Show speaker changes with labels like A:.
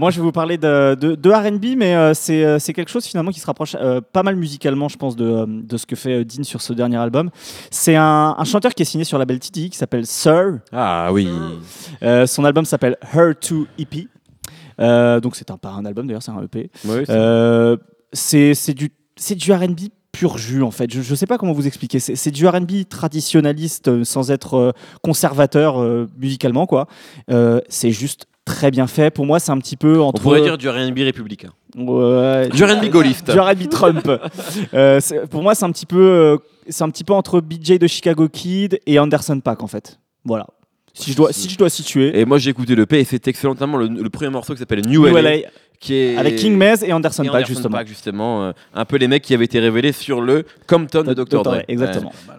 A: Moi, je vais vous parler de, de, de RB, mais euh, c'est euh, c'est quelque chose finalement qui se rapproche euh, pas mal musicalement, je pense, de, euh, de ce que fait euh, Dean sur ce dernier album. C'est un, un chanteur qui est signé sur la label TDI qui s'appelle Sir.
B: Ah oui.
A: Euh, son album s'appelle Her to EP. Euh, donc, c'est un, pas un album d'ailleurs, c'est un EP.
B: Ouais, c'est-
A: Euh, c'est c'est du, c'est du RB pur jus en fait. Je ne sais pas comment vous expliquer. C'est c'est du RB traditionnaliste euh, sans être euh, conservateur euh, musicalement quoi. Euh, c'est juste très bien fait. Pour moi, c'est un petit peu
C: On
A: entre.
C: pourrait dire du RB républicain.
A: Ouais,
C: Du RB gaulliste.
A: Ah, du R&B Trump. Euh, c'est- pour moi, c'est un petit peu, euh, c'est un petit peu entre BJ de Chicago Kid et Anderson Paak en fait. Voilà. Si je dois, si je dois situer.
B: Et moi j'ai écouté le P et c'est excellent, notamment le, le premier morceau qui s'appelle New,
A: New
B: LA,
A: LA,
B: qui est
A: avec King Mez et Anderson
B: et
A: Paak
B: Anderson
A: justement.
B: Paak, justement, euh, un peu les mecs qui avaient été révélés sur le Compton de Dr. Dre.
A: Exactement.